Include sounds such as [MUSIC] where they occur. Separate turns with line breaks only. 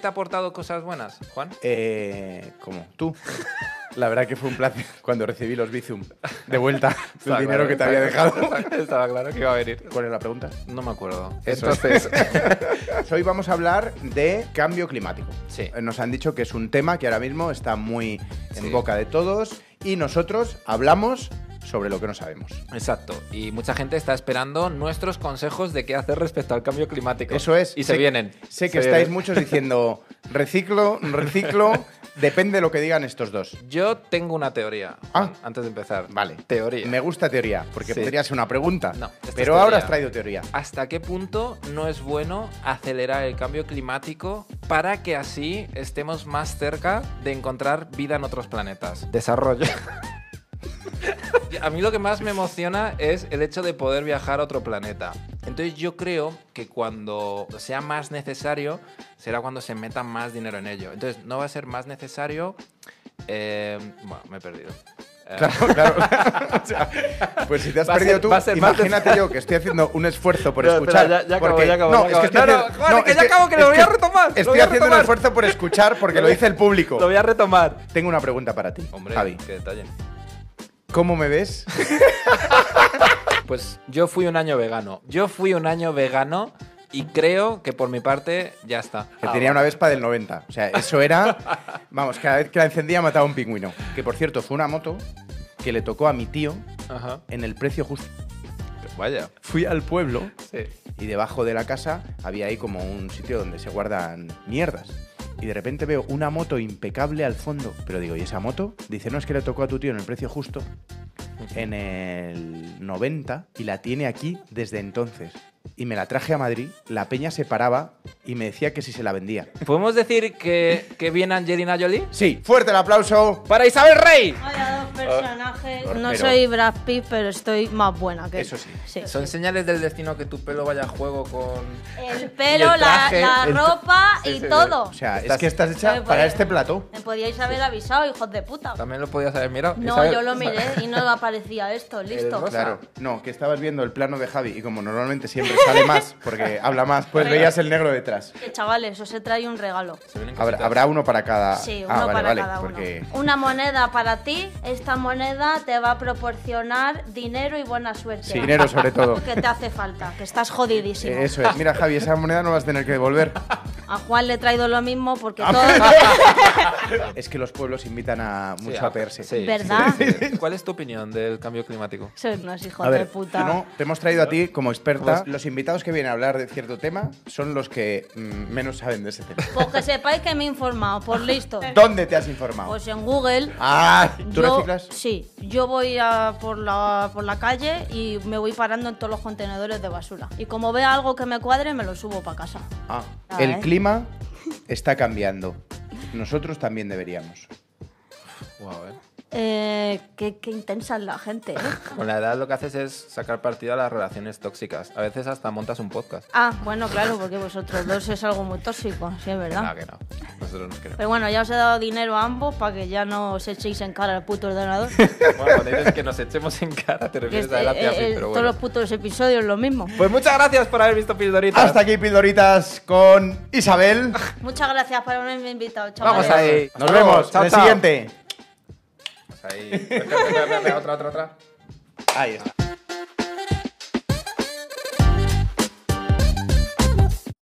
te ha aportado cosas buenas,
[LAUGHS]
Juan?
Eh, ¿Cómo? ¿Tú? La verdad que fue un placer [LAUGHS] cuando recibí los Bizum
[LAUGHS]
de vuelta, el
Estaba
dinero
claro,
que te había
estaba-
dejado.
[LAUGHS] estaba- Estaba claro que iba a venir.
¿Cuál es la pregunta?
No me acuerdo. Eso es.
Entonces,
[LAUGHS]
hoy vamos a hablar de cambio climático.
Sí.
Nos han dicho que es un tema que ahora mismo está muy en
Sí.
boca de todos y nosotros hablamos sobre lo que no sabemos.
Exacto. Y mucha gente está esperando nuestros consejos de qué hacer respecto al cambio climático.
Eso es.
Y se
Sé-
vienen.
Sé que
Se
estáis
vienen.
muchos diciendo reciclo, reciclo,
[LAUGHS]
depende de lo que digan estos dos.
Yo tengo una teoría.
Ah.
Antes de empezar.
Vale.
Teoría.
Me gusta teoría, porque
Sí.
podría ser una pregunta.
No, esto es
pero ahora
teoría.
has traído teoría.
¿Hasta qué punto no es bueno acelerar el cambio climático para que así estemos más cerca de encontrar vida en otros planetas? Desarrollo. [LAUGHS] A mí lo que más me emociona es el hecho de poder viajar a otro planeta. Entonces yo creo que cuando sea más necesario será cuando se meta más dinero en ello. Entonces no va a ser más necesario... eh, bueno, me he perdido. Eh,
Claro. [LAUGHS] O sea, pues si te has
Va a
perdido
ser-
tú,
va a ser más [LAUGHS]
imagínate yo que estoy haciendo un esfuerzo por
No, espera,
escuchar.
ya- ya acabo,
porque-
ya acabo,
No,
ya
es
acabo.
que estoy
No, no,
haciendo-
joder, que
es
ya acabo, que lo
es
voy a retomar, lo
Estoy
voy a
haciendo un
retomar.
esfuerzo por escuchar
[LAUGHS]
porque lo dice el público.
Lo voy a retomar.
Tengo una pregunta para ti,
Hombre,
Javi.
qué detalle.
¿Cómo me ves?
Pues yo fui un año vegano. Yo fui un año vegano y creo que por mi parte ya está.
Que tenía una Vespa del 90. O sea,
[LAUGHS]
eso era. Vamos, cada vez que la encendía mataba a un pingüino. Que por cierto, fue una moto que le tocó a mi tío
Ajá.
en el precio justo.
Vaya.
Fui al pueblo
Sí.
y debajo de la casa había ahí como un sitio donde se guardan mierdas. Y de repente veo una moto impecable al fondo. Pero digo, ¿y esa moto? Dice, no, es que le tocó a tu tío en el precio justo, en el 90, y la tiene aquí desde entonces. Y me la traje a Madrid, la peña se paraba y me decía que si se la vendía.
¿Podemos decir que, que viene Angelina Jolie?
Sí, fuerte el aplauso.
¡Para Isabel Rey!
Hay a dos personajes.
Ah,
no
pero-
soy Brad Pitt, pero estoy más buena que él.
Eso sí.
Son señales del destino que tu pelo vaya a juego con.
El
Y
pelo,
el traje,
la, la
el-
ropa y todo.
O sea, es
Estás-
que estás hecha
Ay,
para
pues-
este plato.
Me podíais haber avisado, hijos de puta.
También lo podías haber mirado.
No,
Isabel-
yo lo miré
[LAUGHS]
y no aparecía esto, listo.
rosa.
Eh, Claro, no, que estabas viendo el plano de Javi y como normalmente siempre
[LAUGHS]
sale más, porque habla más, pues veías el negro detrás.
Que, Chavales, os he traído un regalo.
Se vienen
Habrá,
cositas.
habrá uno para cada.
Sí, uno
ah, vale,
para
vale,
cada uno.
porque
Una moneda para ti, esta moneda te va a proporcionar dinero y buena suerte.
Sí, dinero sobre
[LAUGHS]
todo.
Que te hace falta, que estás jodidísimo.
Eh, Eso es. Mira, Javi, esa moneda no la vas a tener que devolver.
A Juan le he traído lo mismo porque
Ah, [LAUGHS]
todo... [LAUGHS]
es que los pueblos invitan a
Sí,
mucho
ah,
a perse.
sí,
¿Verdad?
sí, sí. ¿Cuál es tu opinión del cambio climático?
Soy unos hijos
A
de
ver,
puta.
no, te hemos traído a ti como experta.
Pues-
Los invitados que vienen a hablar de cierto tema son los que mm, menos saben de ese tema.
Pues que sepáis que me he informado, por [LAUGHS] listo.
¿Dónde te has informado?
Pues en Google.
Ah, ¿tú
yo,
reciclas?
Sí, yo voy a por, la, por la calle y me voy parando en todos los contenedores de basura. Y como vea algo que me cuadre, me lo subo para casa.
Ah,
Ah,
el
¿eh?
clima está cambiando. Nosotros también deberíamos.
Guau, eh.
Eh, qué, qué intensa es la gente, ¿eh?
Con la edad lo que haces es sacar partido a las relaciones tóxicas. A veces hasta montas un podcast.
[LAUGHS] Ah, bueno, claro, porque vosotros dos es algo muy tóxico, sí, es
Que
verdad.
no, Ah, que no. Nosotros nos queremos.
Pero bueno, ya os he dado dinero a ambos para que ya no os echéis en cara al puto
[LAUGHS]
ordenador.
Bueno, cuando dices que nos echemos en cara, te
Que
refieres
este,
a la tía
eh,
Phil,
eh,
pero
Todos
bueno.
los putos episodios lo mismo.
Pues muchas gracias por haber visto Pildoritas.
Hasta aquí, Pildoritas, con Isabel.
Muchas gracias por haberme invitado,
Vamos
chavales.
ahí.
Nos vemos. en el siguiente.
Pues Ahí. Venga, venga, venga, Otra, otra, otra.
Ahí está.